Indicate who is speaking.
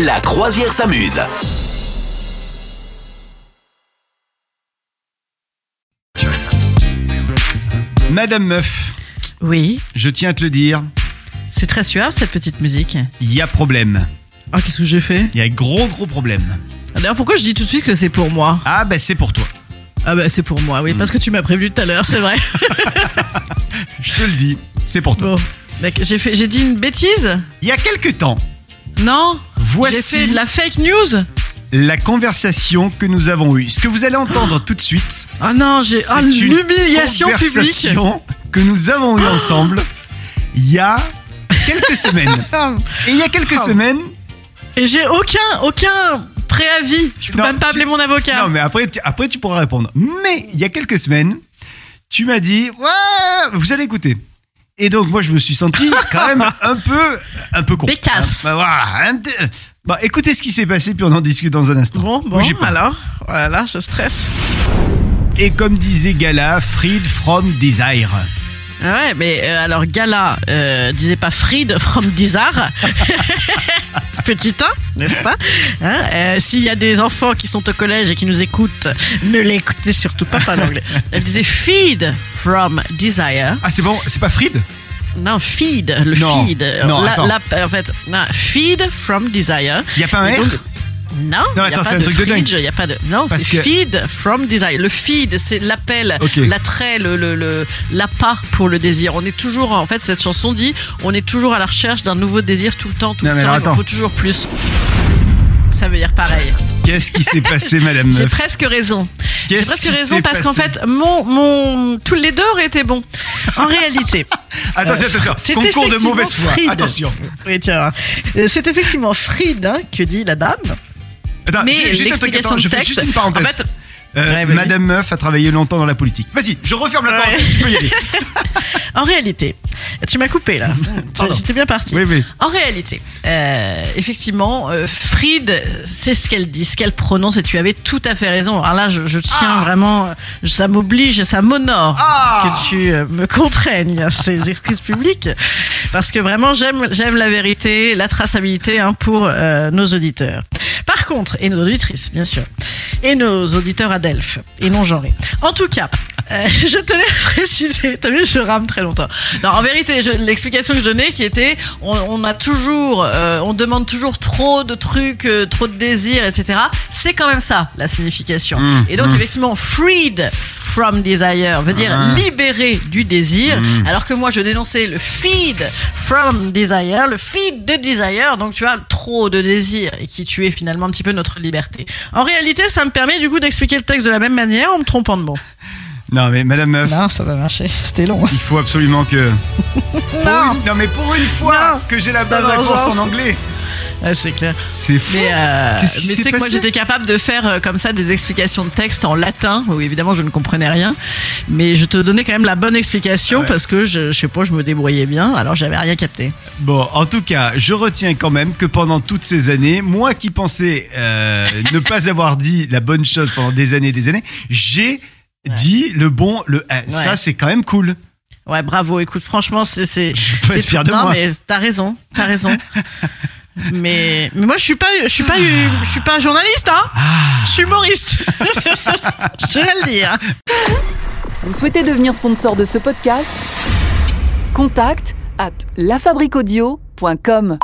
Speaker 1: La croisière s'amuse.
Speaker 2: Madame Meuf,
Speaker 3: Oui,
Speaker 2: je tiens à te le dire,
Speaker 3: c'est très suave cette petite musique.
Speaker 2: il y a problème.
Speaker 3: Ah, qu'est-ce que j'ai fait
Speaker 2: Il y a gros gros problème.
Speaker 3: Ah, D'ailleurs, pourquoi je dis tout de suite que c'est pour moi
Speaker 2: Ah bah c'est pour toi.
Speaker 3: Ah bah c'est pour moi,
Speaker 2: Mm.
Speaker 3: oui, parce que tu m'as prévenu tout à l'heure, c'est vrai.
Speaker 2: Je te le dis, c'est pour toi.
Speaker 3: bon, d'accord, j'ai fait, j'ai dit une bêtise
Speaker 2: Il y a quelque temps,
Speaker 3: Non J'ai fait
Speaker 2: voici
Speaker 3: de
Speaker 2: la...
Speaker 3: la fake news
Speaker 2: conversation que nous avons eue. Ce que vous allez entendre tout de suite,
Speaker 3: Ah non, j'ai ah,
Speaker 2: C'est une
Speaker 3: l'humiliation publique.
Speaker 2: conversation que nous avons eue ensemble il y a quelques semaines. Et il y a quelques
Speaker 3: Oh.
Speaker 2: semaines...
Speaker 3: Et j'ai aucun, aucun préavis. Je peux
Speaker 2: Non,
Speaker 3: même pas
Speaker 2: tu-
Speaker 3: appeler mon avocat.
Speaker 2: Non mais après tu, après tu pourras répondre. Mais il y a quelques semaines, tu m'as dit ouais, vous allez écouter. Et donc moi je me suis senti quand même un peu un peu con.
Speaker 3: Bécasse.
Speaker 2: Hein, bah, voilà, un petit- Bon, écoutez ce qui s'est passé puis on en discute dans un instant.
Speaker 3: Bon, bon,
Speaker 2: Bougez pas.
Speaker 3: alors, voilà, là, je stresse.
Speaker 2: Et comme disait Gala, Fried from Desire.
Speaker 3: Ah Ouais, mais euh, alors Gala euh, disait pas Fried from Dizar, petit 1, n'est-ce pas Hein, euh, S'il y a des enfants qui sont au collège et qui nous écoutent, ne l'écoutez surtout pas, pas en anglais. Elle disait Feed from Desire.
Speaker 2: Ah c'est bon, c'est pas Fried
Speaker 3: Non, feed, le
Speaker 2: Non,
Speaker 3: feed.
Speaker 2: non,
Speaker 3: La-
Speaker 2: attends.
Speaker 3: la- en fait, non, feed from Desire.
Speaker 2: Il y a pas un
Speaker 3: Et
Speaker 2: R
Speaker 3: donc- Non,
Speaker 2: Non,
Speaker 3: il y a
Speaker 2: attends,
Speaker 3: pas
Speaker 2: c'est un
Speaker 3: de
Speaker 2: truc de dingue.
Speaker 3: fridge, il y a pas de. Non,
Speaker 2: Parce
Speaker 3: c'est
Speaker 2: que-
Speaker 3: feed from desire. Le feed, c'est l'appel,
Speaker 2: Ok.
Speaker 3: l'attrait, le, le, le- l'appât pour le désir. On est toujours, en fait, cette chanson dit, on est toujours à la recherche d'un nouveau désir tout le temps, tout
Speaker 2: Non,
Speaker 3: le
Speaker 2: mais
Speaker 3: temps.
Speaker 2: alors,
Speaker 3: Il en
Speaker 2: attends.
Speaker 3: faut toujours plus. Ça veut dire pareil.
Speaker 2: Qu'est-ce qui s'est passé madame
Speaker 3: J'ai
Speaker 2: Meuf
Speaker 3: presque raison. J'ai
Speaker 2: Qu'est-ce
Speaker 3: presque
Speaker 2: qui
Speaker 3: raison
Speaker 2: s'est
Speaker 3: parce qu'en
Speaker 2: passé
Speaker 3: fait, mon, mon, tous les deux auraient été bons. En réalité.
Speaker 2: Attention,
Speaker 3: Euh,
Speaker 2: attention,
Speaker 3: c'est
Speaker 2: concours de mauvaise foi.
Speaker 3: effectivement Fried.
Speaker 2: Attention.
Speaker 3: Oui, tu vois. Euh, C'est effectivement Fried hein, que dit la dame.
Speaker 2: Attends,
Speaker 3: Mais
Speaker 2: ju- juste un truc,
Speaker 3: l'explication
Speaker 2: attends, je
Speaker 3: de
Speaker 2: fais
Speaker 3: texte,
Speaker 2: juste une parenthèse.
Speaker 3: en fait-
Speaker 2: Euh,
Speaker 3: Ouais, vas-y.
Speaker 2: Madame Meuf a travaillé longtemps dans la politique. Vas-y, je referme la
Speaker 3: Ouais.
Speaker 2: parenthèse, tu peux y aller.
Speaker 3: En réalité, tu m'as coupé là.
Speaker 2: Mmh, Pardon.
Speaker 3: J'étais bien parti.
Speaker 2: Oui, oui.
Speaker 3: En réalité, euh, effectivement, euh, Fried, c'est ce qu'elle dit, ce qu'elle prononce, et tu avais tout à fait raison. Alors là, je, je tiens
Speaker 2: Ah.
Speaker 3: vraiment, euh, ça m'oblige, ça m'honore
Speaker 2: Ah.
Speaker 3: que tu euh, me contraignes à ces excuses publiques, parce que vraiment, j'aime, j'aime la vérité, la traçabilité hein, pour euh, nos auditeurs. Par contre, et nos auditrices, bien sûr, et nos auditeurs adelphes, et non genrés. En tout cas, euh, je tenais à préciser, t'as vu, je rame très longtemps. Non, en vérité, je- l'explication que je donnais qui était, on, on a toujours, euh, on demande toujours trop de trucs, euh, trop de désirs, etc. C'est quand même ça, la signification.
Speaker 2: Mmh,
Speaker 3: et donc,
Speaker 2: mmh.
Speaker 3: effectivement, freed from desire veut dire
Speaker 2: Ah. Mmh.
Speaker 3: libéré du désir, alors que moi, je dénonçais le feed from desire, le feed de desire, donc tu as trop de désir et qui tuait finalement un petit peu notre liberté. En réalité, ça me permet du coup d'expliquer le texte de la même manière en me trompant de mots.
Speaker 2: Non, mais Madame Meuf,
Speaker 3: Non, ça va marcher, c'était long. hein.
Speaker 2: il faut absolument que. Pour
Speaker 3: Non.
Speaker 2: une- mais pour une fois
Speaker 3: Non.
Speaker 2: que j'ai la bonne
Speaker 3: La
Speaker 2: réponse en
Speaker 3: vengeance.
Speaker 2: anglais.
Speaker 3: Ouais, c'est clair.
Speaker 2: C'est fou.
Speaker 3: Mais, euh, mais
Speaker 2: Qu'est-ce qui s'est
Speaker 3: c'est que moi
Speaker 2: passé
Speaker 3: j'étais capable de faire euh, comme ça des explications de texte en latin, où évidemment je ne comprenais rien, mais je te donnais quand même la bonne explication
Speaker 2: Ouais.
Speaker 3: parce que je, je sais pas, je me débrouillais bien, alors j'avais rien capté.
Speaker 2: Bon, en tout cas, je retiens quand même que pendant toutes ces années, moi qui pensais euh, ne pas avoir dit la bonne chose pendant des années et des années, j'ai dit le bon, le. eh, Ça,
Speaker 3: Ouais.
Speaker 2: c'est quand même cool.
Speaker 3: Ouais, bravo, écoute, franchement, c'est. c'est
Speaker 2: Je peux
Speaker 3: c'est
Speaker 2: être fier
Speaker 3: tout-
Speaker 2: de
Speaker 3: non,
Speaker 2: moi.
Speaker 3: mais t'as raison, t'as raison. mais, mais moi je suis pas, je suis pas, je suis pas journaliste, hein.
Speaker 2: Ah.
Speaker 3: Je suis humoriste. je te le dire.
Speaker 4: Vous souhaitez devenir sponsor de ce podcast Contact à lafabriquaudio.com.